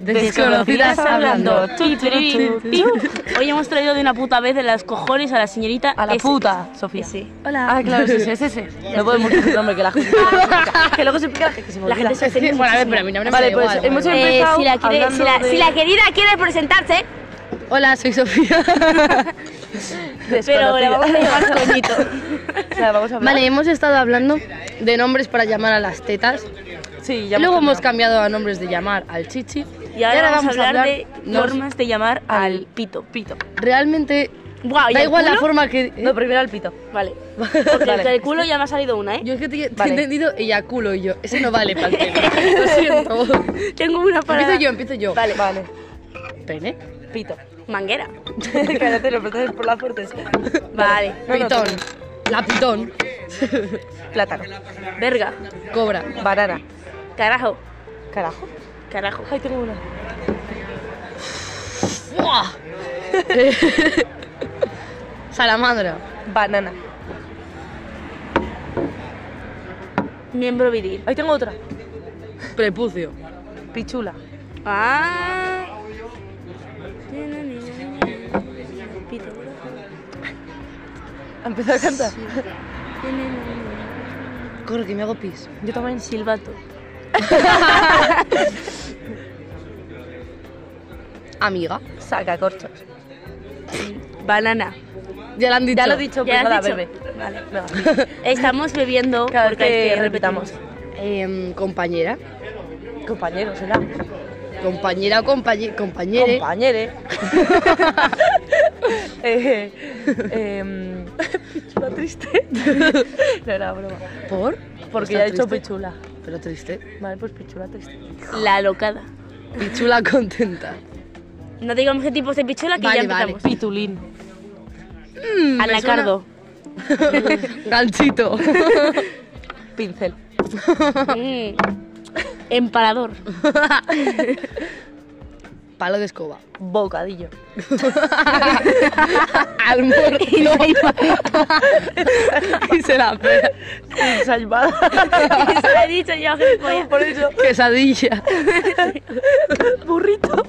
Desconocidas hablando. Tu, tu, tu, tu. Hoy hemos traído de una puta vez de las cojones a la señorita. A la S. puta, Sofía. Hola. Ah, claro, sí, sí, sí, sí. No podemos decir el nombre que la gente. que luego se pica la gente que se me La olvida. gente se ofende Bueno, a ver, pero a muchísimo. mí no me Vale, da pues igual, hemos bueno. Eh, empezado si, la quiere- si, hablando la, de- si la querida quiere presentarse, Hola, soy Sofía. pero Desconocida. le vamos a llamar Toñito. O sea, vamos a hablar. Vale, hemos estado hablando de nombres para llamar a las tetas. Sí, ya Y luego hemos hemos terminado. cambiado a nombres de llamar al chichi. Y ahora, vamos, a hablar, de nos- normas de llamar al pito. Pito. Realmente Buah, ¿y da al igual la culo? forma que. ¿eh? No, primero al pito. Vale. Porque Vale. el culo ya me ha salido una, ¿eh? Yo es que te, te Vale. he entendido eyaculo y yo. Ese no vale para el tema. Lo siento. Tengo una para... Empiezo yo, empiezo yo. Vale. Vale, Pene. pito. Manguera. Cállate, lo presentes por la fuerte. Vale. No, no, pitón. La pitón. Plátano. Verga. Cobra. Banana. Carajo. Carajo. Carajo. Ay, tengo una. Buah. Eh, Salamandra. Banana. Miembro viril. Ahí tengo otra. Prepucio. Pichula. Ah. Pito. ¿Ha empezado a cantar? Corre, que me hago pis. Yo también. Silbato. Amiga. Saca corchos. Banana. Ya lo han dicho. Ya lo he dicho, pues ¿Ya nada, has bebé. dicho? Vale. Estamos bebiendo Cada vez porque hay que que repitamos. Em, compañera. Compañeros, será. Compañera o compañe, compañere. Compañere. eh, em, pichula triste. no era broma. ¿Por? Porque ¿Está ya he dicho triste? pichula. Pero triste. Vale, pues pichula triste. La locada. Pichula contenta. No digamos qué tipos de pichola que Vale, ya empezamos. Pitulín. Mm, Anacardo. Ganchito. Pincel. Mm. Emparador. Palo de escoba. Bocadillo. Almor. y se la pega. Ensalmada. Eso lo he dicho yo, gilipollas. Por eso. Quesadilla. Burrito.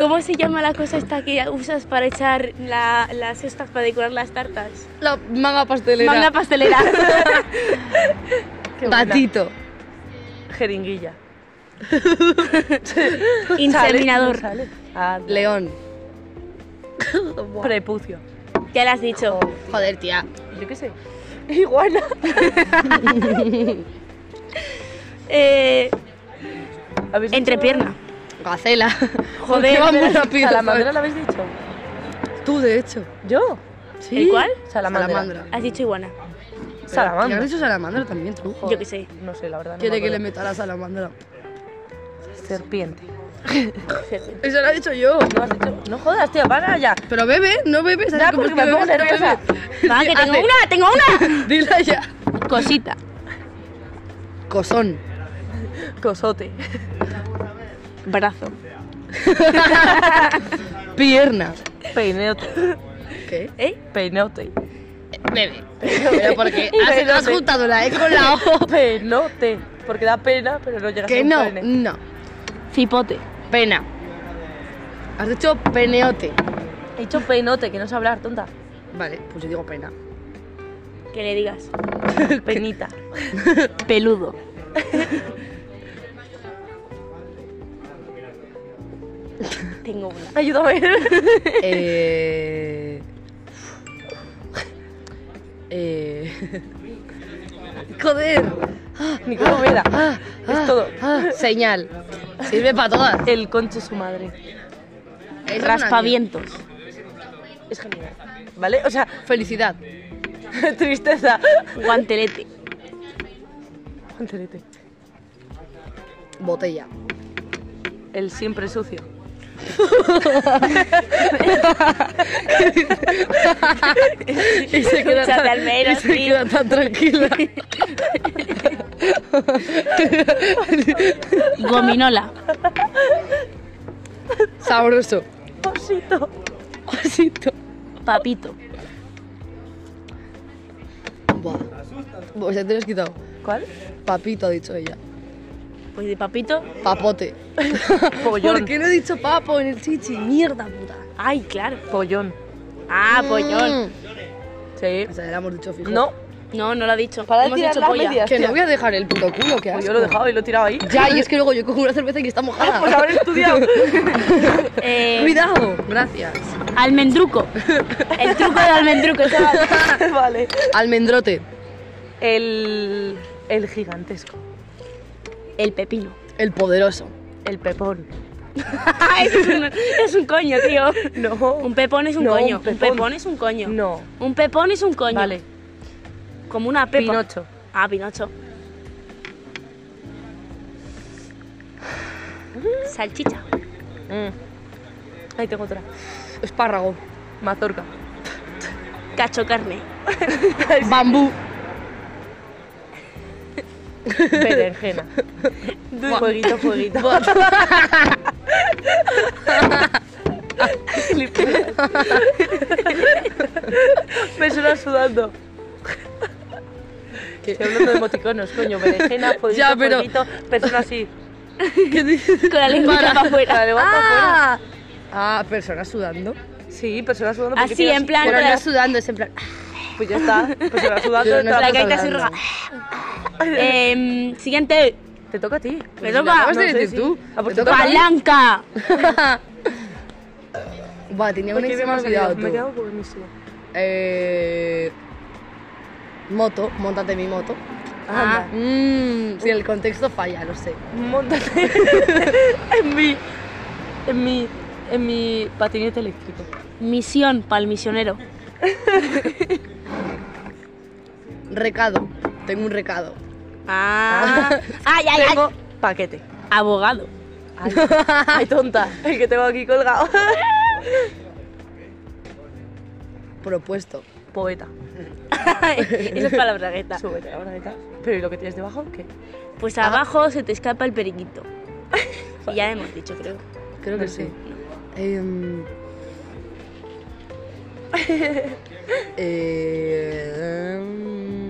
¿Cómo se llama la cosa esta que usas para echar la- las cestas para decorar las tartas? La manga pastelera. Manga pastelera. Qué buena. Batito. Jeringuilla. Inseminador. Sale, sale. Ah, León. prepucio. Ya lo has dicho. Joder, tía. Yo qué sé. Iguana. Eh, ¿Habéis dicho- entrepierna. Gacela. Joder, Porque va muy pero- rápido. Salamandra la habéis dicho. Tú, de hecho. Yo. Sí. ¿El cuál? Salamandra. Salamandra. Has dicho iguana. ¿Y has Salamandra. dicho salamandra también, tú? Yo qué sé. No sé, la verdad. No Quiere me que le acuerdo. meta a la salamandra. Serpiente. Eso lo he dicho yo. No has dicho. No jodas, tío, para ya. Pero bebe, no bebe. ¿sabes Ya, cómo porque es que me pongo bebe? No nerviosa. bebe. Va, que Hace- tengo una, tengo una. Dila ya. Cosita. Cosón. Cosote. Brazo. Pierna. Peinote. ¿Qué? ¿Eh? Peinote. Bebe. Pero porque has, has Bebe. juntado la E con la O. Penote. Porque da pena, pero no llega a Que ser un no, pene. no. Cipote. Pena. Has dicho peneote. He dicho peinote, que no sé hablar, tonta. Vale, pues yo digo pena. Que le digas. Penita. Peludo. tengo una. Ayúdame. Eh. Eh. Joder. Ni cómo me da. Es todo. Ah, señal. Sirve para todas. El conche su madre. Esa es una mierda. Raspavientos. Es genial. ¿Vale? O sea, Felicidad. tristeza. Guantelete. Guantelete. Botella. El siempre sucio. Y se queda Escúchate, tan, Almeida, y se sí. queda tan tranquila. Gominola. Sabroso. Osito. Osito. Papito. Buah. Pues ya te lo has quitado. ¿Cuál? Papito, ha dicho ella. Pues de papito. Papote. Pollón. ¿Por qué no he dicho papo en el chichi? Mierda puta. Mm. Ay, claro. Pollón. Ah, pollón. Sí. O sea, le hemos dicho fijo. No, No, no lo ha dicho. Para Hemos tirar hecho las polla. medias. Que no voy a dejar el puto culo, que Pues yo lo he dejado Pues y lo he tirado ahí. Ya, y es que luego yo cojo una cerveza y está Ah. mojada. Por haber estudiado. Eh, Cuidado. Gracias. almendruco. El truco del almendruco. este chaval. vale. Almendrote. El. El gigantesco. El pepino. El poderoso. El pepón. Eso es, un, es un coño, tío. No. Un pepón es un No, coño. un Un pepón. pepón. es un coño. No. Un pepón es un coño. Vale. Como una pepa. Pinocho. Ah, Pinocho. Salchicha. Mm. Ahí tengo otra. Espárrago. Mazorca. Cacho carne. Bambú. Berenjena. Fueguito, fueguito. Me suena sudando. ¿Qué? Estoy hablando de emoticonos, coño. Berenjena, fueguito, Ya, pero- fueguito, persona así. Con la lengua para afuera. Dale, vamos para afuera. Ah, persona sudando. Sí, persona sudando. porque Así, tiene en plan. Pero con no la- es sudando, es en plan. Pues ya está. Persona sudando. Pero no está- la estamos gaita así hablando. roja. Eh, Em, siguiente. Te toca a ti. Me ¿Qué toca. vas a no sé, decir sí. tú? Ah, pues Te te toca a mí. Palanca. Buah, tenía una Porque que se me ha me he quedado- olvidado me he quedado tú. buenísimo. Eh. Moto, montate mi moto. Ah, Mmm, si el contexto falla, no sé. Móntate en mi. En mi. En mi patinete eléctrico. misión para el misionero. Recado, tengo un recado. Ah. Ay, ay, ay. Tengo paquete. Abogado. Ay, ay, tonta. El que tengo aquí colgado. Propuesto. Poeta. Esa es palabra gueta. Súbete la bragueta. Pero ¿y lo que tienes debajo? ¿Qué? Pues abajo se te escapa el periquito. Y ya hemos dicho, creo. Creo que sí. Em, eh, em,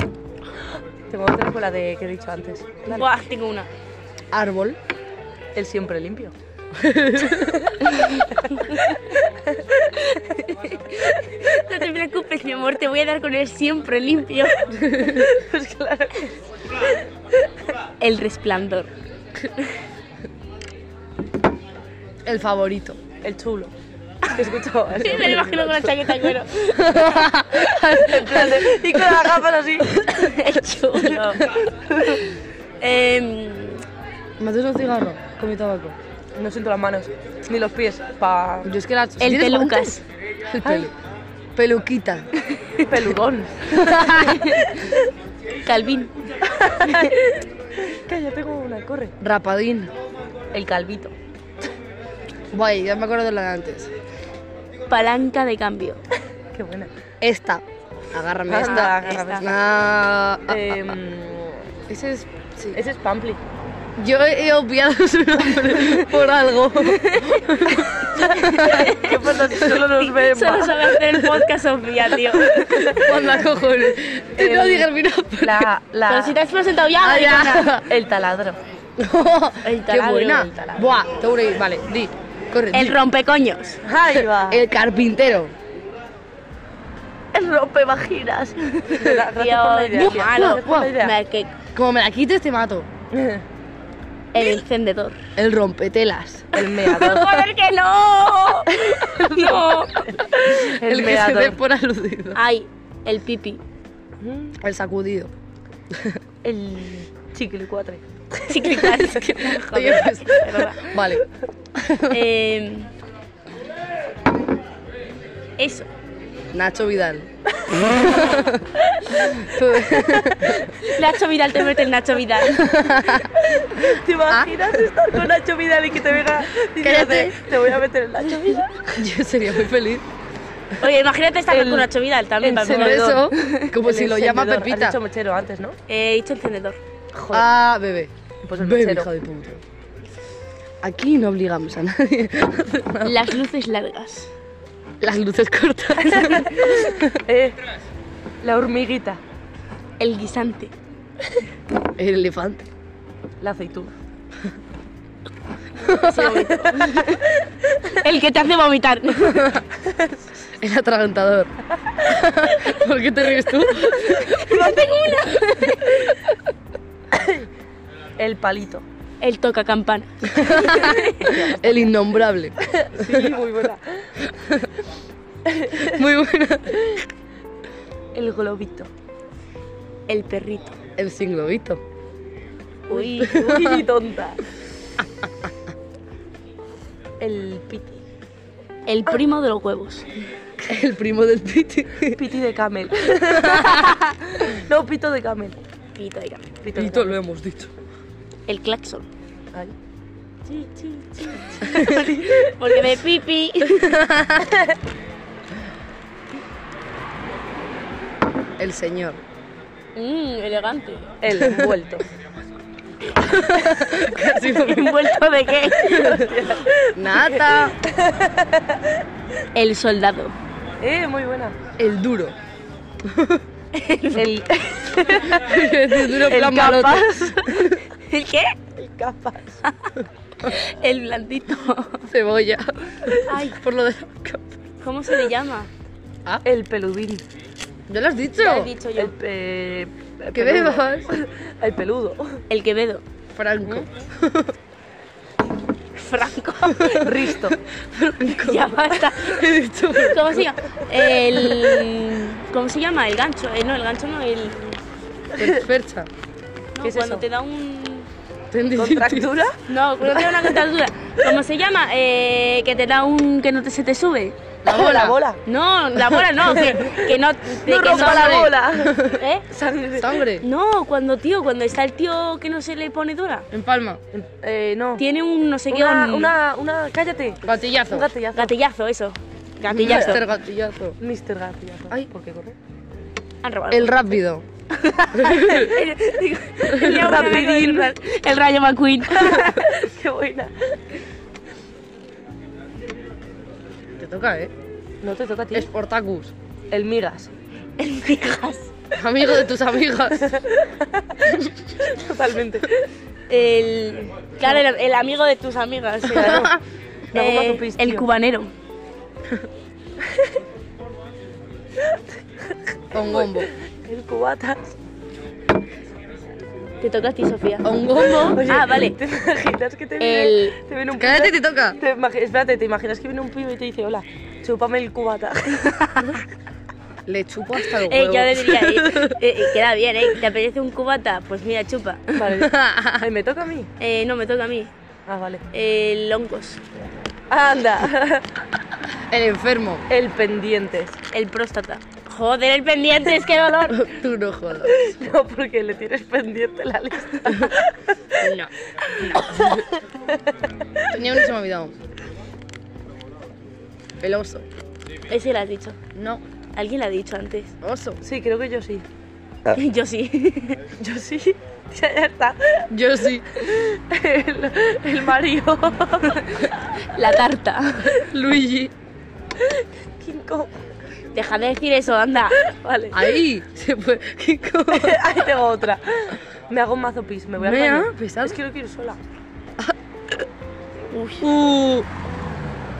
Tengo otra con la de que he dicho antes. Buah, tengo una. árbol. El siempre limpio. No te preocupes, mi amor, te voy a dar con él siempre limpio. Pues claro. El resplandor. El favorito. El chulo. Es que escucho. Sí, me lo imagino con la chaqueta cuero. En plan de- Y con las gafas así. El chulo. Em, ¿Me haces un cigarro con mi tabaco? No siento las manos. Ni los pies. Pa. Yo es que la... si el tienes pelucas. guantes- El Ay. pelu- Peluquita. Peludón. Calvin. Que ya tengo una, corre. Rapadín. El calvito. Guay, ya me acuerdo de la de antes. Palanca de cambio. Qué buena. Esta. Agárrame Ah, esta. agárrame esta. Ah, ah, Em, ese es... sí. ese es Pampli. Yo he obviado su nombre por algo. ¿Qué pasa si solo nos vemos? Solo sabe hacer el podcast, Sofía, tío. Onda cojones. Tú no digas mi nombre. Eh, La, la, Pero si te has presentado ya, Ah, ya. El taladro. El Qué taladro, buena. el taladro. Buah, te voy a ir. Vale, di. Corre. di. El rompecoños. Ahí va. El carpintero. El rompe vaginas. Dios, qué Ah, malo. Buah, buah. Me- que- Como me la quites, te mato. El encendedor. El rompetelas. El meador. ¡Joder, que no! ¡No! El, El, que se dé meador. por aludido. Ay, el pipi. El sacudido. El chiquilicuatre. Chiclitas. Te Joder, llevas. es verdad. Vale. Em, eso. Nacho Vidal. Nacho Vidal te mete el Nacho Vidal. ¿Te imaginas estar con Nacho Vidal y que te venga Cállate. diciéndote te voy a meter el Nacho Vidal? Yo sería muy feliz. Oye, imagínate estar El- con Nacho Vidal también. para el Por probar. eso, como El si lo llama encendedor. Pepita. Has dicho mechero antes, ¿no? Eh, he dicho encendedor. Joder. Ah, bebé. Pues el bebé, mechero. hija de puta. Aquí no obligamos a nadie. Las luces largas. Las luces cortas. Eh, la hormiguita. El guisante. El elefante. La aceituna. El que te hace vomitar. El atragantador. ¿Por qué te ríes tú? El palito. El toca campana. El innombrable. Sí, muy buena. Muy buena. El globito. El perrito. El sin globito. Uy, uy, tonta. El piti. El primo de los huevos. El primo del piti. Piti de camel. No, pito de camel. Pito, dígame. Pito de Pito lo hemos dicho. El claxon. camel. Ay. Chi, chi, chi, chi. Porque me pipi. El señor. Mmm, elegante. El envuelto. Casi por- ¿Envuelto de qué? Nata. El soldado. Eh, muy buena. El duro. El, El duro el plan malote. capaz. ¿El qué? El capaz. El blandito. Cebolla. Ay, Por lo de la capa. ¿cómo se le llama? El peludín. ¿Ya lo has dicho? Ya lo he dicho yo. El, pe- el ¿Qué peludo. bebas? El peludo. El quevedo. Franco. Franco. Risto. Franco. ya basta. He dicho. ¿Cómo se llama? El... ¿Cómo se llama? El gancho. Eh, no, el gancho no, el... Fer- Fercha. No, ¿Qué es cuando eso? te da un... Tendinitis. ¿Contractura? No, cuando te da una contractura. ¿Cómo se llama? Eh, que te da un... que no te, se te sube. La bola. La bola. No, la bola no, que, que no... que No rompa la sangre. bola. ¿Eh? Sangre. Sangre. No, cuando, tío, cuando está el tío que no se le pone dura. En palma. Eh, no. Tiene un no sé qué... Una, un una, una, cállate. Gatillazo. Un gatillazo. Gatillazo, eso. Gatillazo. Mister gatillazo. Mr. Gatillazo. Ay. ¿por qué corre? Han robado. El rápido. El rapidín. El rayo McQueen. qué buena. Te toca, ¿eh? No te toca a ti. Sportacus. El migas. El migas. Amigo de tus amigas. Totalmente. El. Claro, el, el amigo de tus amigas. sí. Claro. La bomba Eh, tupis, el tío. cubanero. Ongombo. El cubatas. Te toca a ti, Sofía. Oh, Ongombo. Ah, vale. ¿Te imaginas que te viene, El- te viene un pibe? Cállate, te toca. Te imagi- espérate, ¿te imaginas que viene un pibe y te dice, hola, chúpame el cubata? Le chupo hasta el Eh, huevo. yo le diría, eh, eh, eh, queda bien, ¿eh? ¿Te apetece un cubata? Pues mira, chupa. Vale. Ay, ¿Me toca a mí? Eh, no, me toca a mí. Eh, Ah, vale. El hongos. Anda. El enfermo. El pendientes. El próstata. Joder, el pendiente, es que dolor. Tú no jodas. No, porque le tienes pendiente la lista. No. Tenía uno y se me ha olvidado. El oso. Ese lo has dicho. No, Alguien lo ha dicho antes. oso. Sí, creo que yo sí. Yo sí. Yo sí. Ya, ya está. Yo sí. El, el Mario. La tarta. Luigi. King Kong. Deja de decir eso, anda. Vale. Ahí. Se fue. ¿Qué co- Ahí tengo otra. Me hago un mazo pis, me voy a Mea, baño. pesado. Es que no quiero ir sola. Uh.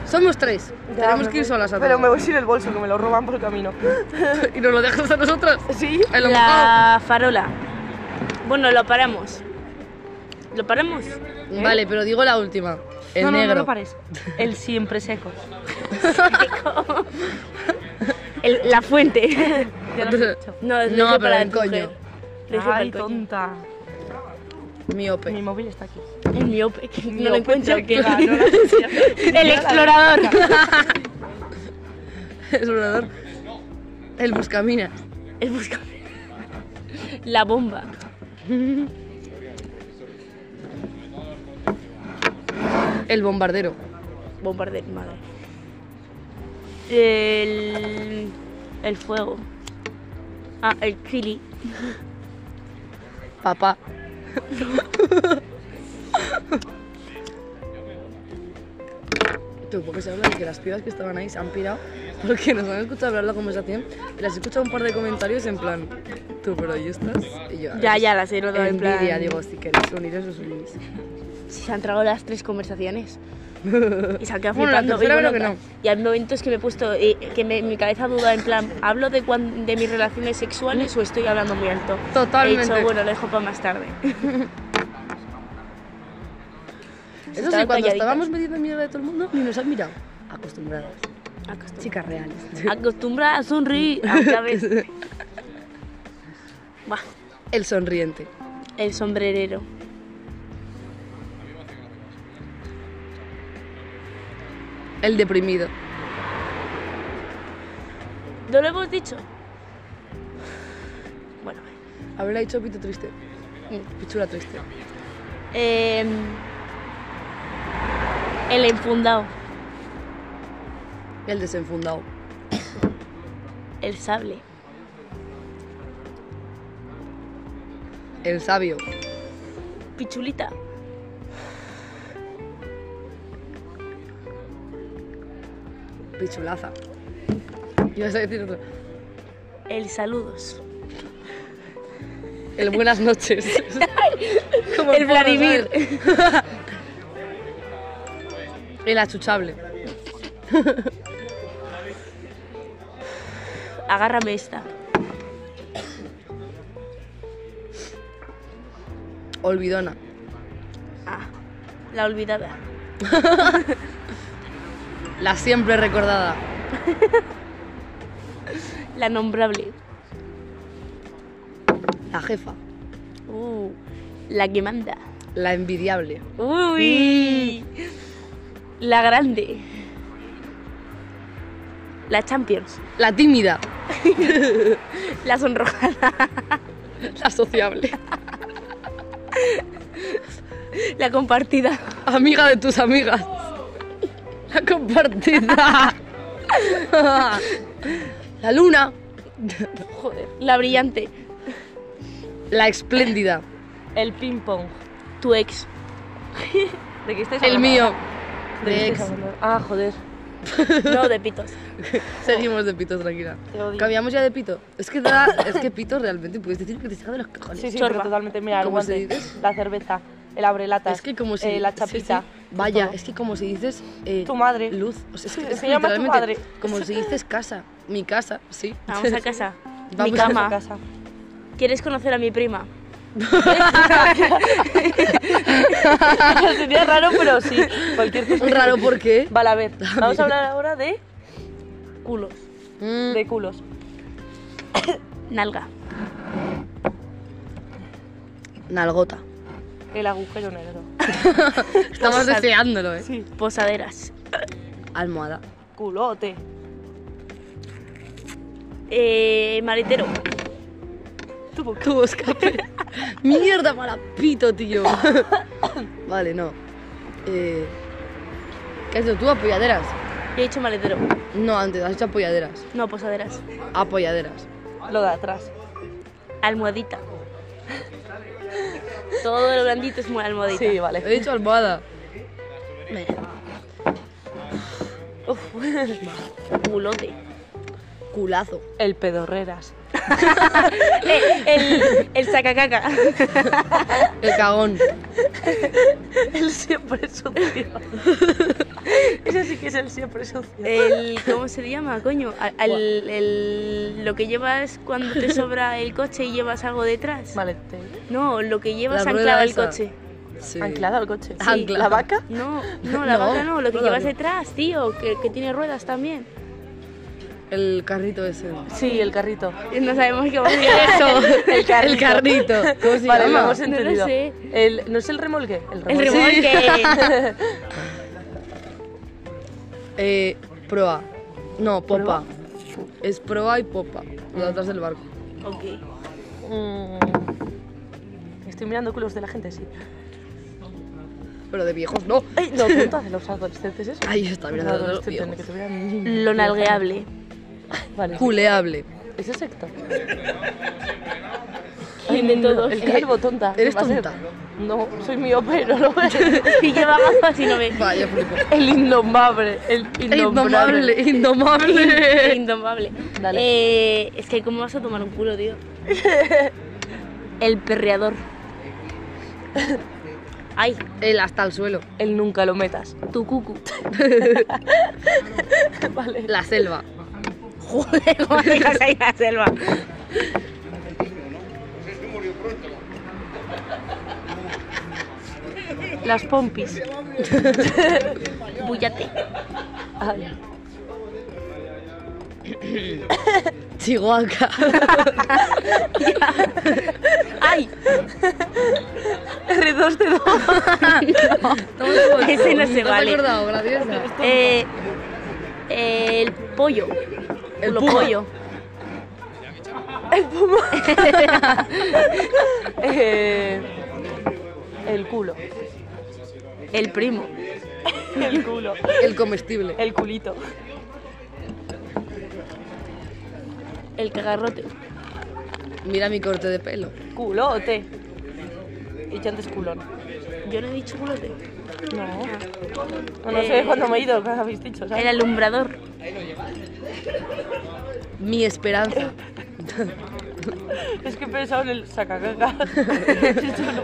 Somos tres. Ya, Tenemos me que ir voy. solas a Pero me todo. voy sin el bolso, que me lo roban por el camino. Y nos lo dejas a nosotras. ¿Sí? El hongao. La farola. Bueno, lo paramos. ¿Lo paramos? Vale, pero digo la última. El ¿Eh? no, no, negro. no, no pares. El siempre seco. El- la fuente. Ya lo he dicho. No, No, dije pero para el coño. mujer. Lo dije para Ay, el coño. tonta. Mi Miope. móvil está aquí. El miope. que Mi no lo open encuentro. check, ¿qué? ah, no lo sé. el explorador. El sobrador. El buscaminas. El buscador. La bomba. El bombardero. Bombardero, madre. El. El fuego. Ah, el chili. Papá. Tú, porque se habla de que las pibas que estaban ahí se han pirado porque nos han escuchado hablar la conversación y las he escuchado un par de comentarios en plan, tú, pero ahí estás. Y yo, Ya, ya, la sé, no, no, en envidia, plan- digo, si queréis uniros, os unís. si se han tragado las tres conversaciones. Y se han quedado Bueno, la flipando. tercera Y, creo bueno, que y hay momentos que me he puesto, eh, que me- mi cabeza duda en plan, ¿hablo de, cuan- de mis relaciones sexuales o estoy hablando muy alto? Totalmente. He dicho, bueno, lo dejo para más tarde. Eso sí, Estaban cuando calladitas. estábamos metiendo mierda de todo el mundo, ni nos han mirado. Acostumbradas. Acostumbra- Chicas reales. Acostumbra a sonreír a otra vez. Buah, El sonriente. el sombrerero. El deprimido. ¿No lo hemos dicho? Bueno, Haberla dicho pito triste. vale. Pichula triste. Eh, el enfundado, El desenfundado. el sable, El sabio. pichulita, Pichulaza. Ibas a decir otro. el saludos, El buenas noches. Como el porro, Vladimir, ¿sabes? El achuchable. agárrame esta, Olvidona. ah, la olvidada, La siempre recordada. la nombrable, La jefa. uh, la que manda, La envidiable. uy, la grande, la Champions, La tímida. la sonrojada, La sociable. la compartida, Amiga de tus amigas. La compartida. La luna. joder, la brillante, La espléndida. El ping-pong. tu ex, ¿De qué estáis El hablando? mío. ¿De qué De estáis ex. hablando? Ah, joder. no de pitos. Seguimos de pito, tranquila. Te odio. Cambiamos ya de pito. Es que, da- es que pito realmente puedes decir que te saca de los cojones. Sí, sí, Chorba. pero totalmente. Mira, el ¿Cómo se guante, dice? la cerveza, el abrelatas, Es que como si... eh, la sí, chapita. sí. Vaya, todo. es que como si dices... eh, Tu madre. Luz. O sea, es que, Se es que llama tu literalmente, madre. Ah. Como si dices casa. Mi casa, sí. Vamos a casa. Mi Vamos a cama. casa. ¿Quieres conocer a mi prima? Sería raro, pero sí. Cualquier cosa. Raro porque... Vale, a ver. Vamos a hablar ahora de, Culos. Mm, de culos. Nalga. nalgota. El agujero negro. Estamos Posad- deseándolo, ¿eh? Pues Sí. Posaderas. Almohada. Culote. Eh, maletero. Tubo. Tubo escape. Mierda para pito, tío. vale, no. Eh, ¿Qué has dicho tú? Apoyaderas. Yo he dicho maletero. No, antes, has hecho apoyaderas. No, posaderas. Apoyaderas. Lo de atrás. Almohadita. Todo lo blandito es muy almohadita. Sí, vale. He dicho almohada. Culote. Culazo. El pedorreras. Eh, el, el sacacaca. El cagón. El siempre sucio. Eh, Ese sí que es el siempre sucio. El, ¿Cómo se llama, coño? Al, al- el- lo que llevas cuando te sobra el coche y llevas algo detrás. Malete. No, lo que llevas La rueda anclado al esa. coche. Sí. Anclado al coche. Sí. Anclado. ¿La vaca? No, no, la No, vaca no, lo que no la llevas veo. detrás, tío, que, que tiene ruedas también. El carrito ese. Sí, el carrito. No sabemos qué va a decir. El carrito. El carrito. ¿Cómo se Vale, lo llama? hemos No lo entendido. sé. El, ¿No es el remolque? El remolque. Eh, proa. No, popa. Es proa y popa. Ah. Lo de atrás del barco. ok. Mm. Estoy mirando culos de la gente, sí. Pero de viejos no. Ay, no, punta de los adolescentes, eso. Ahí está, Los mirando de los adolescentes, ni viejos. este que te vean. Lo nalgueable. Vale. Culeable. ¿Es secto? ¿Quién de todos? El calvo, tonta. ¿qué ¿Eres va a ser? tonta? No, soy miope, no lo veo. Si lleva gafas y no ve. Vaya, flipo. El indomable. El Indomable, indomable. indomable. Indomable. Dale. Eh, es que cómo vas a tomar un culo, tío. El perreador. Ay, El Eh, hasta el suelo. El nunca lo metas. tu cucu. Vale. La selva. Joder, cómo dejas ahí la selva. Las pompis. Búllate. Ay. Chihuahua. ¡Ay! R2D2. Ese no se ¿Te has vale. acordado, graciosa? Eh, el pollo. El Lo puma. pollo. Eh, el culo. El primo. El culo. El comestible. El culito. El cagarrote. Mira mi corte de pelo. Culote. Y yo antes culón. Yo no he dicho culote. No. No, no sé Eh. cuándo me he ido, ¿qué habéis dicho? ¿sabes? El alumbrador. Mi esperanza. Es que he pensado en el sacacaca.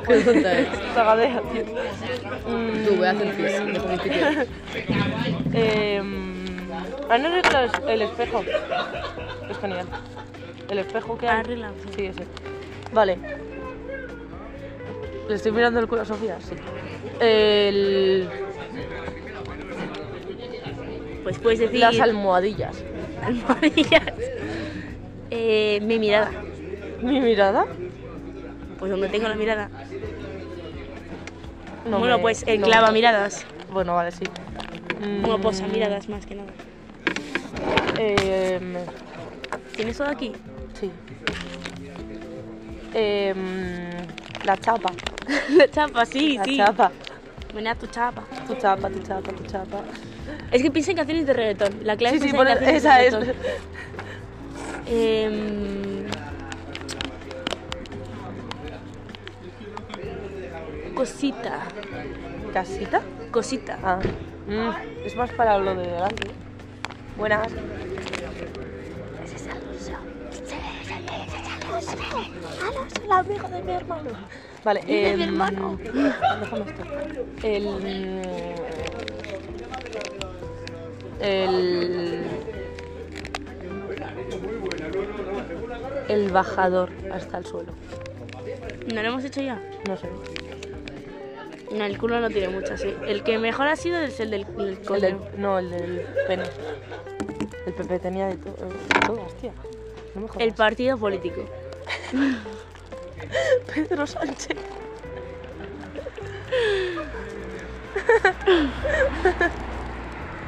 Qué tonta es. Sagadea, tío. Mm, Tú, voy a hacer pies. me pongo piquete. eh, ah, no arreglas el espejo. Es genial. El espejo que hay. Arregla. Sí, ese. Vale. Le estoy mirando el culo a Sofía, sí. El- Pues puedes decir. Las almohadillas. almohadillas. Eh, mi mirada. ¿Mi mirada? Pues donde tengo la mirada. No bueno, me- pues el no- clava miradas. Bueno, vale, sí. Bueno, posa Mm, miradas más que nada. em, ¿Tienes todo aquí? sí. Em, la chapa. La chapa, sí, La sí. chapa. Ven a tu chapa. Tu chapa, tu chapa, tu chapa. Es que piensa en canciones de reggaetón. pues, La clave Sí, sí, es por en canciones de esa es. reggaetón. Em, Cosita, ¿Casita? cosita. Ah. Mm, es más para lo de delante. Buenas. Vale, eh. mi hermano. Déjame esto. El. El. El bajador hasta el suelo. ¿No lo hemos hecho ya? No sé. No, el culo no tiene mucho, sí. El que mejor ha sido es el del, del El coño. del- no, el del pene. El Pepe tenía de todo. de todo, hostia. No me jodas. El partido político. Pedro Sánchez.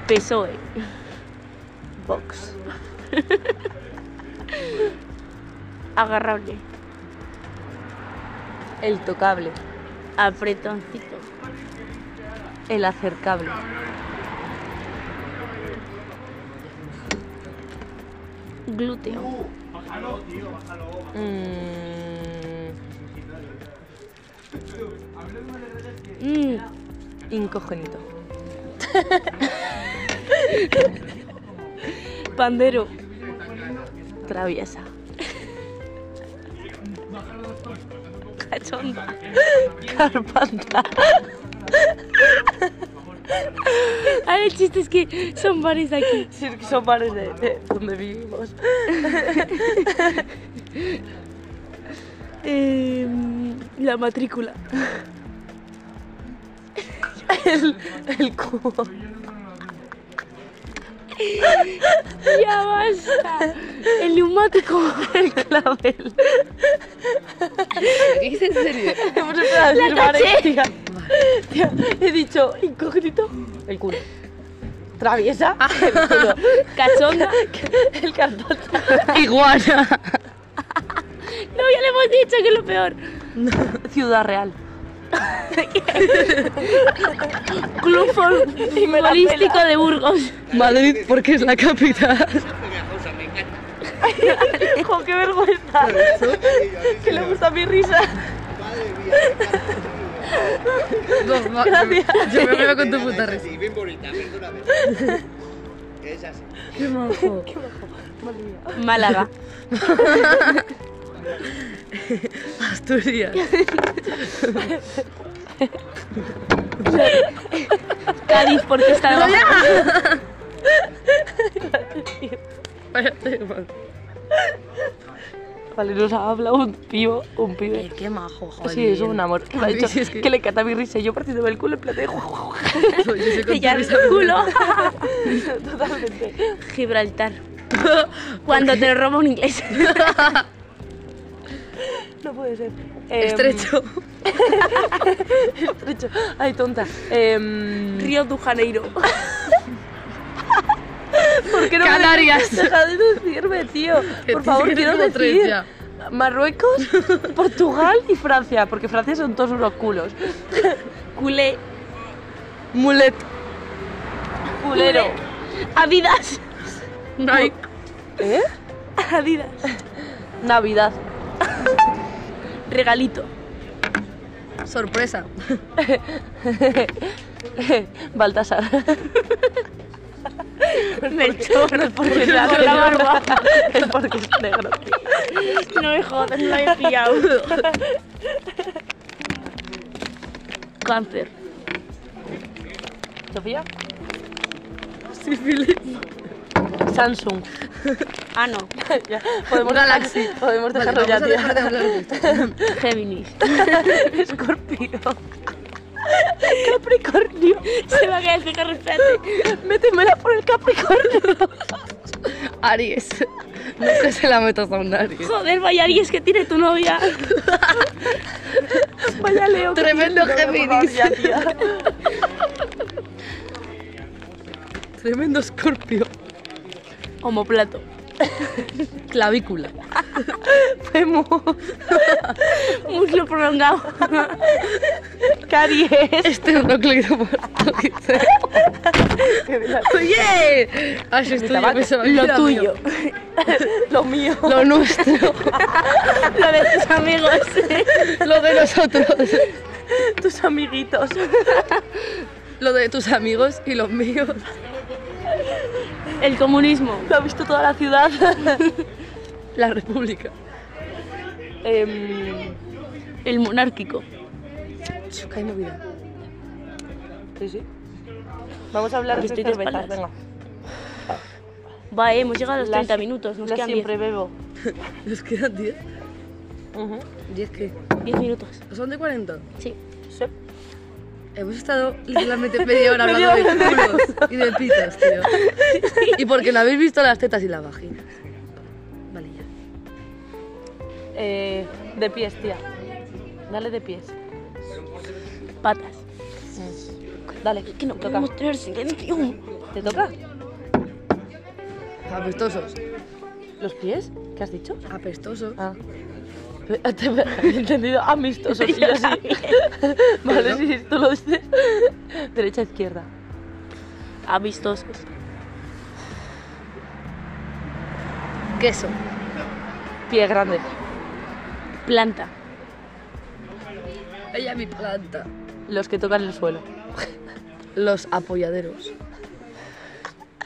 PSOE. Vox. Agarrable. El tocable. Apretoncito. El acercable. Glúteo. Mm, Mm, incógnito. pandero. Traviesa. Cachonda. Carpanta. Ahora Ah, el chiste es que son varios aquí. Sí, es que son bares de, de donde vivimos. Em, la matrícula. El, el cubo. Ya basta. El neumático. El clavel. ¿Qué dices en serio? Hemos empezado a decir bares, tía. Tía, He dicho incógnito. El culo. Traviesa. Ah. El culo. Cachonda. El carpanta. Iguana. No, ya le hemos dicho que es lo peor. Ciudad Real. Club fut- Y me la futbolístico de Burgos. Madrid porque es la capital. Hijo, qué vergüenza. que le gusta mi risa. No, ma- Gracias. Yo me veo con tu puta risa. Sí, bien bonita, perdóname. Es así. Qué majo. Málaga. Asturias. Cádiz, porque está debajo. Vale, nos ha hablado un tío, un Eh, pibe. qué majo, joder. Sí, es un amor. Me ha dicho Sí, es que- que le cata mi risa y yo partiéndome el culo en plan de... Yo sé Que ya contar el esa- culo. Totalmente. Gibraltar. Cuando te lo roba un inglés. No puede ser. Em, Estrecho. estrecho. Ay, tonta. Em, Río de Janeiro. ¿Por qué no me Canarias. dejas- Deja de decirme, tío. Que Por tienes favor, que quiero decir como tres decir. ya. Marruecos, Portugal y Francia, porque Francia son todos unos culos. Culé. Mulet. Culero. Adidas. Nike. ¿Eh? Adidas. Navidad. Regalito. Sorpresa. Baltasar. Melchor. Porque le hace Con la barba. Es porque es negro. No me jodas, no la he pillado. Cáncer. ¿Sofía? Sífilis. Samsung. Ah, no. Ya, podemos Galaxy. Podemos Vale, dejarlo vamos a ya, dejar de tía. hablar de esto. Géminis. Escorpio. Capricornio. Se va a caer el cigarro, espérate. Métemela por el Capricornio. Aries. Nunca se la metas a un Aries. Joder, vaya Aries que tiene tu novia. Vaya Leo. que Tremendo tienes, no, por favor, Géminis. ya, tía. Tremendo escorpio. Homoplato. Clavícula. Femo. Muslo prolongado. Caries. Este es roclito por dice. ¡Oye! Ah, sí, es tuyo, tabaco. pensaba que Lo era tuyo. Lo mío. mío. Lo nuestro. Lo de tus amigos. Lo de nosotros. Tus amiguitos. Lo de tus amigos y los míos. El comunismo. Lo ha visto toda la ciudad. La república. Em, El monárquico. Uf, que hay movida. sí, sí. Vamos a hablar de Porque estoy estas de cervezas. Venga. espaldas. Va, eh, hemos llegado a los Las- 30 minutos. Nos Las quedan siempre 10, bebo. Nos quedan 10. Ujú. 10 qué? Pues 10 minutos. Son de 40. Sí. Sí. Hemos estado literalmente media hora Media hablando de culos y de pitas, tío. Y porque no habéis visto las tetas y la vagina. Vale, ya. Eh, de pies, tía. Dale de pies. Patas. Mm. Dale. Que no Toca. podemos tener silencio. ¿Te toca? Apestosos. ¿Los pies? ¿Qué has dicho? Apestosos. Ah. Te he entendido amistosos. y yo sí. vale, ¿No? sí, sí, tú lo dices. Derecha, izquierda. Amistosos. Queso. Pie grande. Planta. Ella mi planta. Los que tocan el suelo. Los apoyaderos.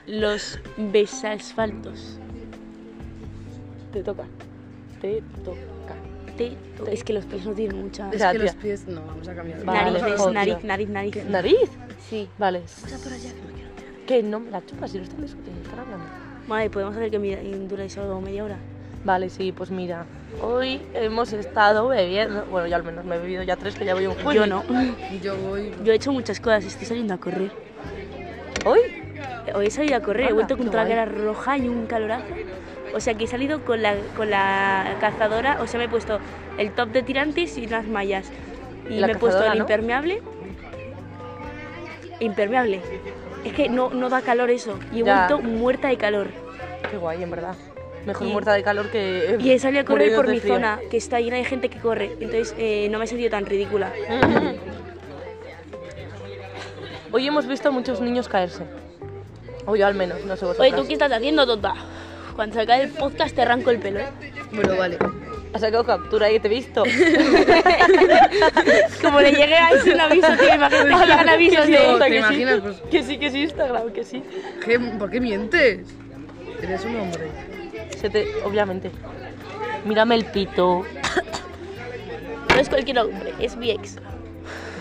Los besasfaltos. Te toca. Te toca. Te- Es que los pies no tienen mucha. Es Gracias. que los pies. No, vamos a cambiar. Vale, Narices, joder. nariz, nariz, nariz. ¿Nariz? Sí. Vale. Pasa por allá que me quiero tirar. Que no me la chupas si no están discutiendo, están hablando. Vale, podemos hacer que mi- dure solo media hora. Vale, sí, pues mira. Hoy hemos estado bebiendo. Bueno, yo al menos me he bebido ya tres que ya voy un Yo junio. no. Yo voy. Yo he hecho muchas cosas. Estoy saliendo a correr. ¿Hoy? Hoy he salido a correr. He Anda, vuelto con qué toda la guay. cara roja y un calorazo. O sea que he salido con la, con la cazadora. O sea, me he puesto el top de tirantes y unas mallas. Y La me he puesto cazadora, el ¿no? impermeable. Impermeable. Es que no, no da calor eso. Y he Ya. vuelto muerta de calor. Qué guay, en verdad. Mejor Y- muerta de calor que. eh, Y he salido a correr muriéndote por mi de frío. zona, que está llena de gente que corre. Entonces eh, no me he sentido tan ridícula. Hoy hemos visto a muchos niños caerse. O yo al menos, no sé vosotros. Oye, ¿tú qué estás haciendo, tonta? Cuando se acabe el podcast te arranco el pelo. ¿eh? Bueno, vale. Has sacado captura y te he visto. Como le llegue a ese un aviso, tío, imagínate que llegan avisos Sí, de... que ¿te sí. imaginas? Pues- Que sí, que sí, Instagram, que sí. ¿Qué- ¿Por qué mientes? Eres un hombre. Se te... Obviamente. Mírame el pito. No es cualquier hombre, es mi ex.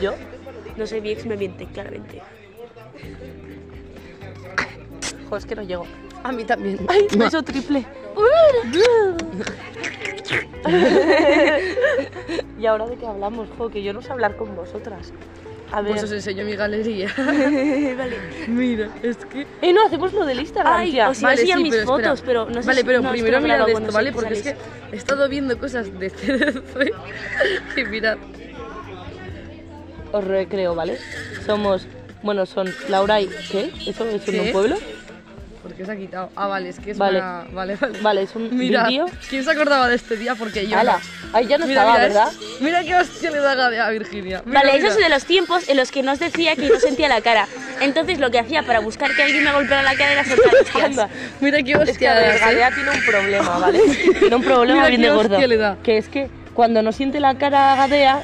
¿Yo? No sé, mi ex me miente, claramente. Joder, es que no llego. A mí también. ¡Ay, peso triple! ¿Y ahora de qué hablamos, jo? Que yo no sé hablar con vosotras. A ver. Pues os enseño mi galería. vale. Mira, es que. Eh, no, hacemos lo del Instagram, Ay, o tía. sea, Os iba a enseñar mis espera. fotos, pero no sé Vale, si- pero no, es que primero no mirad grabo, esto, no sé ¿vale? si Porque es que salís. he estado viendo cosas de CDC. y mirad. Os recreo, ¿vale? Somos. Bueno, son Laura y. ¿Qué? ¿Eso es en ¿Qué? un pueblo? Porque se ha quitado. Ah, vale, es que es Vale. una. Vale, vale. Vale, es un Mira, vídeo. ¿quién se acordaba de este día? Porque yo. ¡Hala! Ahí ya no mira, estaba, mira, ¿verdad? es- mira qué hostia le da gadea a Virginia. Mira, Vale, mira. eso es de los tiempos en los que nos decía que no sentía la cara. Entonces lo que hacía para buscar que alguien me golpeara la cara era soltar hostias. Anda. Mira qué Es que a hostia ver, le da, ¿eh? Gadea tiene un problema, ¿vale? Tiene un Mira problema bien qué de gordo. hostia le da. Que es que cuando no siente la cara Gadea,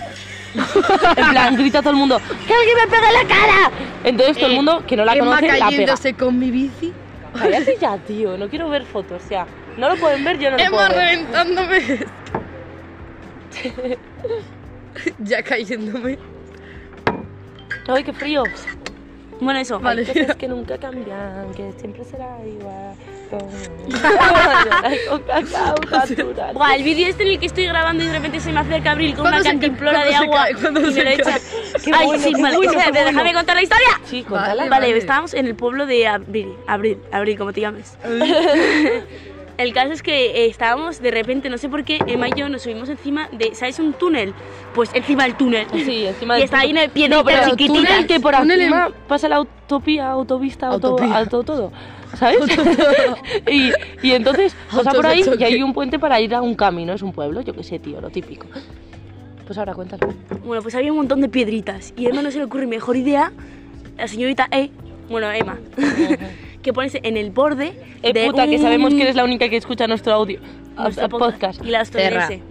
en plan, grita todo el mundo, ¡que alguien me pegue la cara! Entonces Eh, todo el mundo que no la Emma conoce la pega. cayéndose con mi bici. Cállate ya, tío, no quiero ver fotos, o sea, no lo pueden ver, yo no lo Emma puedo ver. reventándome. ya cayéndome. Ay, qué frío. Bueno, eso. Vale. Hay cosas que nunca cambian, que siempre será igual. Buah, el vídeo este en el que estoy grabando y de repente se me acerca Abril con ¿Cuándo una se cantimplora cae? de ¿Cuándo se cae? agua ¿Cuándo y se me lo cae? echa. Qué Ay, bueno, sí, qué vale, bueno, qué espérate, bueno. déjame contar la historia. Sí, Vale, contala. Vale, vale. estábamos en el pueblo de Abril, Abril, Abril, como te llames. El caso es que eh, estábamos de repente, no sé por qué, Emma y yo nos subimos encima de, ¿sabes? Un túnel. Pues encima del túnel. Sí, encima Y del está túnel. ahí en pie No, pero chiquitita. túnel que por túnel encima pasa la utopía, autovista, auto, Autopía. auto todo, ¿sabes? y, y entonces pasa Autos por de ahí y choque. hay un puente para ir a un camino, es un pueblo, yo qué sé, tío, lo típico. Pues ahora cuéntalo. Bueno, pues había un montón de piedritas y a Emma no se le ocurre mejor idea, la señorita E, bueno, Emma, que ponerse en el borde Eh, de puta, que un- sabemos que eres la única que escucha nuestro audio, nuestro nuestro podcast. y la estadounidense.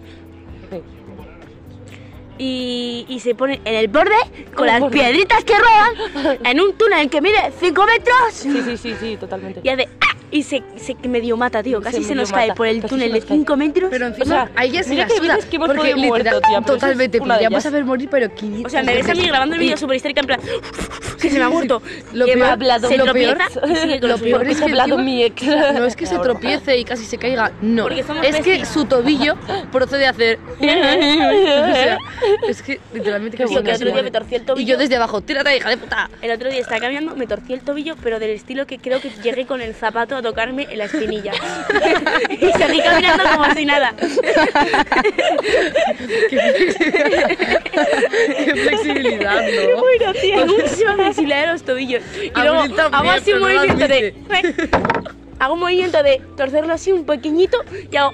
Y, y se pone en el borde con el las borde. piedritas que ruedan en un túnel que mide 5 metros Sí, sí, sí, sí, totalmente. y hace ¡ah! y se, se medio mata, tío, casi se, medio nos cae mata, por el casi túnel se de nos cae. 5 metros. Pero O encima, sea, ahí ya se mira la que suda, veces que hemos porque podido morir, literal- tía, pero eso es totalmente, una de podríamos ellas. haber morir, pero 500 o sea, me ves a mí veces. grabando el vídeo súper histérica en plan que se me ha muerto. Lo Y Emma peor- hablado- se lo tropieza y sigue con lo su peor cuerpo. es que hablado encima- mi ex. No es que se tropiece y casi se caiga, no. Porque somos Es que bestias. su tobillo procede a hacer. o sea, es que literalmente casi Tío, que no otro se día mueve. me torcí el Y yo tobillo. desde abajo, tírate, hija de puta. El otro día estaba caminando, me torcí el tobillo, pero del estilo que creo que llegué con el zapato a tocarme en la espinilla. y seguí caminando como si nada. Qué flexibilidad, ¿no? Bueno, tío, tengo muchísima flexibilidad de los tobillos. Y A luego mí también, hago así un pero no lo movimiento de. Hago un movimiento de torcerlo así un pequeñito y hago.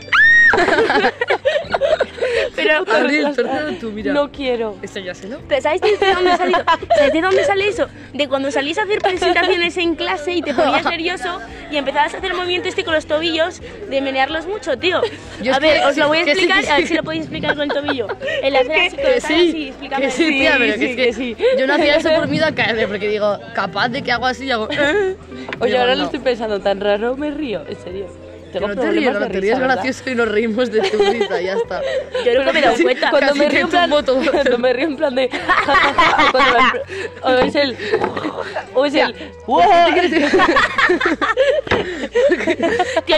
pero. Abril, torcelo tú, mira. No quiero. Eso ya se lo. Pero ¿sabes desde dónde ha salido? ¿Sabes de dónde sale eso? De cuando salías a hacer presentaciones en clase y te ponías nervioso y empezabas a hacer el movimiento este con los tobillos de menearlos mucho, tío. Yo a es ver, que os lo sí, voy a que sí, explicar, que a ver sí. si lo podéis explicar con el tobillo. El hacer así con Que los sí, así, que explícame. sí, tía, pero que sí, es que, que sí. yo no hacía eso por miedo a caerme, porque digo, capaz de que hago así y hago... eh. Oye, Digo, ahora no. lo estoy pensando tan raro, me río, en serio. Tengo Que no te ríes, problemas de no te ríes risa, ¿verdad? gracioso y nos reímos de tu risa, ya está. Yo nunca me he dado Sí, cuenta. Cuando Casi me que río en tumbo plan, todo. cuando me río en plan de o cuando me- o es el o es el Tío,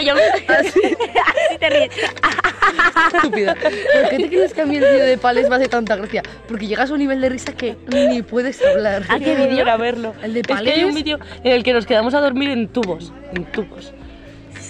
yo así te ríes. Estúpida. ¿Por qué te crees que a mí el vídeo de Pales me hace tanta gracia? Porque llegas a un nivel de risa que ni puedes hablar. ¿A qué vídeo? a verlo. El de Es que hay un Palés. vídeo en el que nos quedamos a dormir en tubos, en tubos.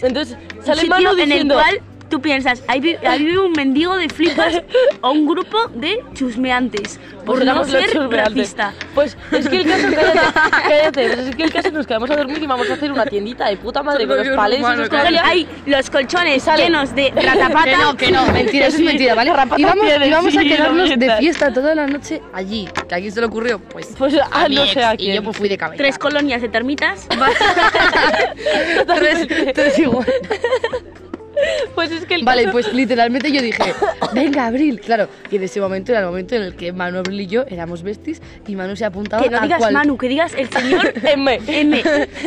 Entonces, Un sale sitio Manu en el diciendo, cual tú piensas, ahí vi- ahí vive un mendigo de flipas o un grupo de chusmeantes. Por no Burlamos los ser chusmeantes. racista. Pues es que el caso, cállate, cállate, pues es que el caso nos quedamos a dormir y vamos a hacer una tiendita de puta madre Solo con los vi un palés y humano, esos claro. Hay cogollos. los colchones sale. llenos de la tapata. Que no, que no, mentira, eso Sí, es mentira, ¿vale? rapata Y vamos, tiene, y vamos a sí, quedarnos de novieta. fiesta toda la noche allí. ¿Que a quién se le ocurrió? Pues, Pues ah, a mi no ex, sé a Y quién. yo pues fui de cabeza. Tres Ah, colonias de termitas. tres, tres igual. Pues es que el Vale, caso- pues literalmente yo dije, venga, Abril. Claro, y en ese momento era el momento en el que Manu, Abril y yo éramos besties y Manu se apuntaba Que no tal digas cual. Manu, que digas el señor M. M.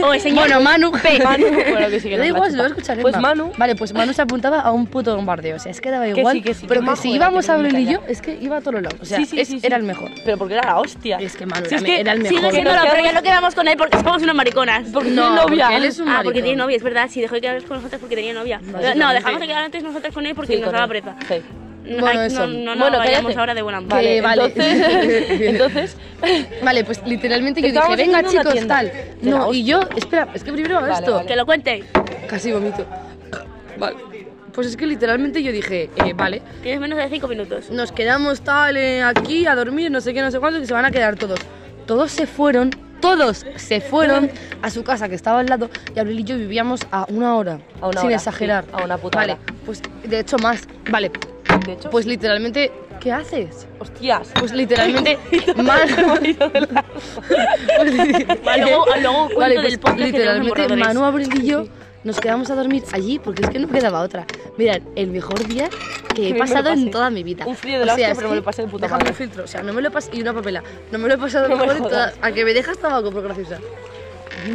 O el señor Bueno, Manu, P. Manu, bueno, que sí, que da nos la igual, se lo va chupa. a escuchar Pues Emma. Manu, Vale, pues Manu se apuntaba a un puto bombardeo. O sea, es que daba Que igual. sí, que sí, pero que que majo si era, íbamos que a Abril y nunca yo, es que iba a todos los lados. O sea, Sí, sí, es- sí, sí. era el mejor. pero porque era la hostia. Es que Manu Si es era, que era el mejor. sigue siendo la Pero pero que- ya no quedamos con él porque somos unas mariconas. Porque No, tiene novia. porque él es un ah, porque maricón. tiene novia, es verdad. Sí, dejó de quedar con nosotras porque tenía novia. No, Básicamente. dejamos de quedar antes nosotras con él porque Sí, nos con daba él. preta. Sí. No, Bueno, ay, eso. no, no, no Bueno, vayamos cállate. ahora de buena Que- vale. Vale, vale. entonces, entonces Vale, pues literalmente yo Estábamos dije, venga en una chicos, tienda. tal. De la No, hostia. y yo, espera, es que primero hago Vale, esto. vale. Que lo cuente. Casi vomito. Vale. Pues es que literalmente yo dije, eh, vale, Tienes menos de 5 minutos. nos quedamos tal eh, aquí a dormir, no sé qué, no sé cuánto, que se van a quedar todos. Todos se fueron, todos se fueron a su casa que estaba al lado y Abril y yo vivíamos a una hora, A una sin hora, exagerar. sí, a una puta Vale, hora. pues de hecho más. Vale, de hecho, pues literalmente, ¿qué haces? hostias. Pues literalmente, Manu, Vale, luego, luego cuento vale, del pues podcast que tenemos en literalmente borradores. Manu, Abril y yo nos quedamos a dormir allí porque es que no quedaba otra. Mirad, el mejor día que Que he me lo pasado en pasé. toda mi vida. Un frío de la hostia, es pero me que- lo pasé de puta déjame madre. un filtro, o sea, no me lo he pasado... Y una papela. No me lo he pasado No me mejor en jodas. toda... A que me dejas tabaco, por graciosa.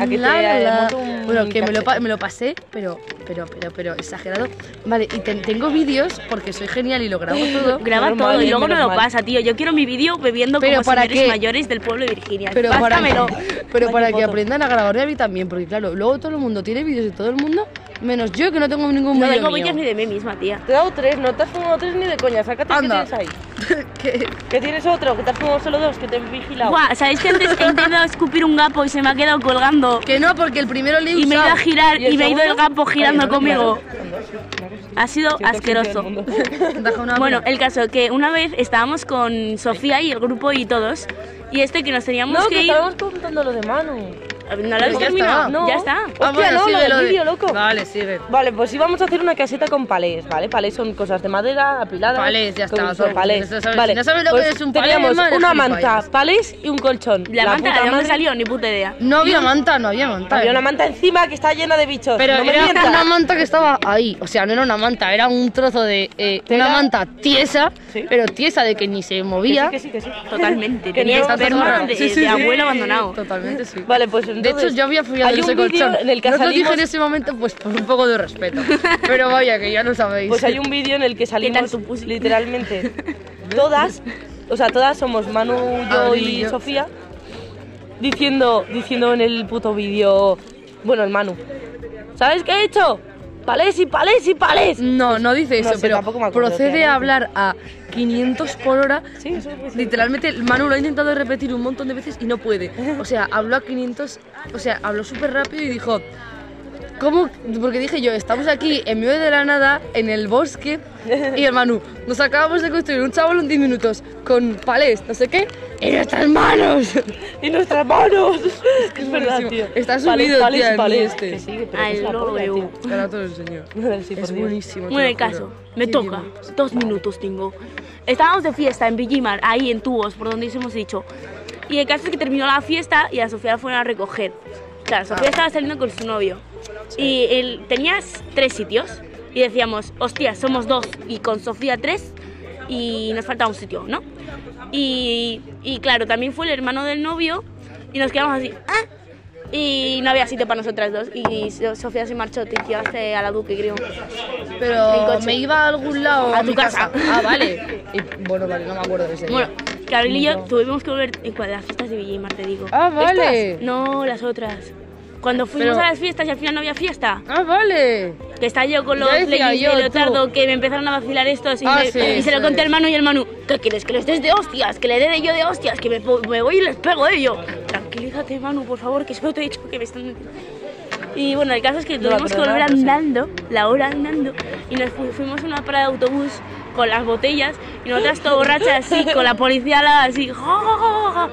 A que te La, la, la. monto un Bueno, que me lo, pa- cachete. me lo pasé, pero, pero, pero, pero exagerado. Vale, y ten- tengo vídeos porque soy genial y lo grabo todo. Graba Menos todo mal, y luego no menos lo mal. pasa, tío. Yo quiero mi vídeo bebiendo Pero como ¿para señores qué? mayores del pueblo de Virginia. Pero para, que, Pásamelo. pero para Vaya que foto. aprendan a grabar de a mí también, porque claro, luego todo el mundo tiene vídeos de todo el mundo, menos yo que no tengo ningún No vídeo tengo mío. vídeos ni de mí misma, tía. Te he dado tres, no te has fumado tres ni de coña. Sácate que Anda. tienes ahí. Que- Que tienes otro, que te has fumado solo dos, que te he vigilado. Buah, ¿sabéis que antes he intentado escupir un gapo y se me ha quedado colgando? Que no, porque el primero le he Y me he ido a usado. girar ¿Y el y me ha ido el segundo? gapo girando Ay, no, conmigo. Son dos. Claro, sí. Ha sido Siento asqueroso. que sí, el mundo. Baja una Bueno, mano. el caso que una vez estábamos con Sofía y el grupo y todos, y este que nos teníamos No, que que ir. estábamos contando lo de Manu. No lo Pero has ya terminado. está. No. Ya está. Ah, Hostia, no, lo del vídeo, loco. Vale, sigue. Vale, pues íbamos a hacer una caseta con palés, ¿vale? Palés son cosas de madera, apiladas. Palés, ya está, con- todo. Son palés. Si no sabes- vale, si no sabes lo que pues es un palé, teníamos madre, una gilipollas. manta, palés y un colchón. La, manta, puta ¿de dónde madre. salió? Ni puta idea. No había manta, no había manta. Había eh. una manta encima que está llena de bichos. Pero no me era mientas. una manta que estaba ahí. O sea, no era una manta, era un trozo de. eh, una manta tiesa, Sí. pero tiesa de que ni se Que sí, movía. que sí, que sí. Totalmente. Que Tenía no. esperma atorrado. de, Sí, sí, sí. de abuelo abandonado. Totalmente sí. Vale, pues De hecho, entonces, yo había follado hay ese un vídeo colchón. En el que no os lo salimos, dije en ese momento, pues por un poco de respeto. Pero vaya, que ya lo sabéis. Pues hay un vídeo en el que tal salimos tu pussy? literalmente todas, o sea, todas somos Manu, yo Abril y Ah, y yo. Sofía, diciendo, diciendo en el puto vídeo, bueno, el Manu, ¿sabes qué he hecho? Palés y palés y palés. No, no dice No eso, sé, pero tampoco me acuerdo qué procede era. a hablar a 500 por hora. Sí, eso es posible. Literalmente, Manu lo ha intentado repetir un montón de veces y no puede. O sea, habló a 500, o sea, habló súper rápido y dijo, ¿cómo? Porque dije yo, estamos aquí en medio de la nada, en el bosque, y el Manu, nos acabamos de construir un chaval en 10 minutos con palés, no sé qué, en nuestras manos. Y nuestras manos. Es verdad, buenísimo. tío. Está Palés, subido, palés, tía, el palés. este. Que sí, pero que es Al la polla, lobeu. tío. Ahora te lo enseño. Joder, sí, por Es Dios. buenísimo. te Bueno, lo el caso, juro. me Qué toca. bien. Dos minutos tengo. Estábamos de fiesta en Villimar, ahí en Tubos, por donde hemos dicho. Y el caso es que terminó la fiesta y a Sofía la fueron a recoger. Claro, Ah. Sofía estaba saliendo con su novio. Y él, tenías tres sitios. Y decíamos, hostia, somos dos y con Sofía tres. Y nos falta un sitio, ¿no? Y, y claro, también fue el hermano del novio. Y nos quedamos así, "Ah". Y no había sitio para nosotras dos. Y So- Sofía se marchó, te llevaste a la Duque, creo. En Pero coche. me iba a algún lado. A mi tu casa. Ah, vale. Y- bueno, vale, no me acuerdo de ese. día. Bueno, eh, Carol y yo tuvimos que volver en cua- las fiestas de Villimar, te digo. Ah, vale. No, las otras. Cuando fuimos Pero- a las fiestas y al final no había fiesta, Ah, vale. que estaba yo con Ya los decía leggings yo, de leotardo tú. que me empezaron a vacilar estos y, Ah, me- sí, y se lo sí. conté al Manu y el Manu, ¿qué quieres? Que les des de hostias, que le dé de yo de hostias, que me, po- me voy y les pego de yo. Tranquilízate, Manu, por favor, que solo te he dicho que me están... Y bueno, el caso es que No, tuvimos que pero volver nada, sí. andando, la hora andando, y nos fu- fuimos a una parada de autobús con las botellas y nosotras todo borrachas así, con la policía al lado, así, jo, jo, jo, jo, jo.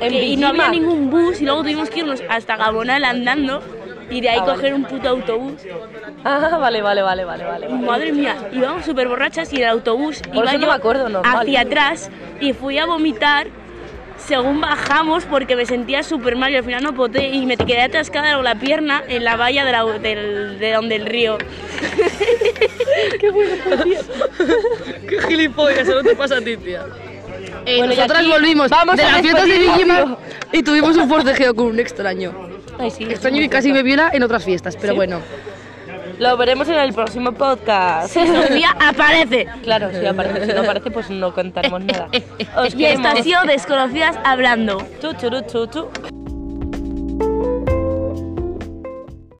En Que- y no había Villimar. ningún bus y luego tuvimos que irnos hasta Gabonal andando y de ahí Ah, vale. coger un puto autobús. Ah, vale, vale, vale, vale, vale. Madre mía, íbamos súper borrachas y el autobús Por iba eso yo no me acuerdo, normal. hacia atrás y fui a vomitar según bajamos, porque me sentía súper mal y al final no poté y me quedé atascada con la pierna en la valla de, la- del, de donde el río. Qué gilipollas, eso no te pasa a ti, tía. Eh, bueno, y Nosotras aquí volvimos vamos de a las fiestas de despedir Villimar rápido. y tuvimos un forcejeo con un extraño. Ay, sí, Extraño sí, que casi sí. me viola en otras fiestas, pero ¿Sí? bueno. Lo veremos en el próximo podcast. Sofía aparece. Claro, si aparece, si no aparece, pues no contaremos nada. Os Y esta ha queremos. sido Desconocidas Hablando. Chu, churu, chu, chu.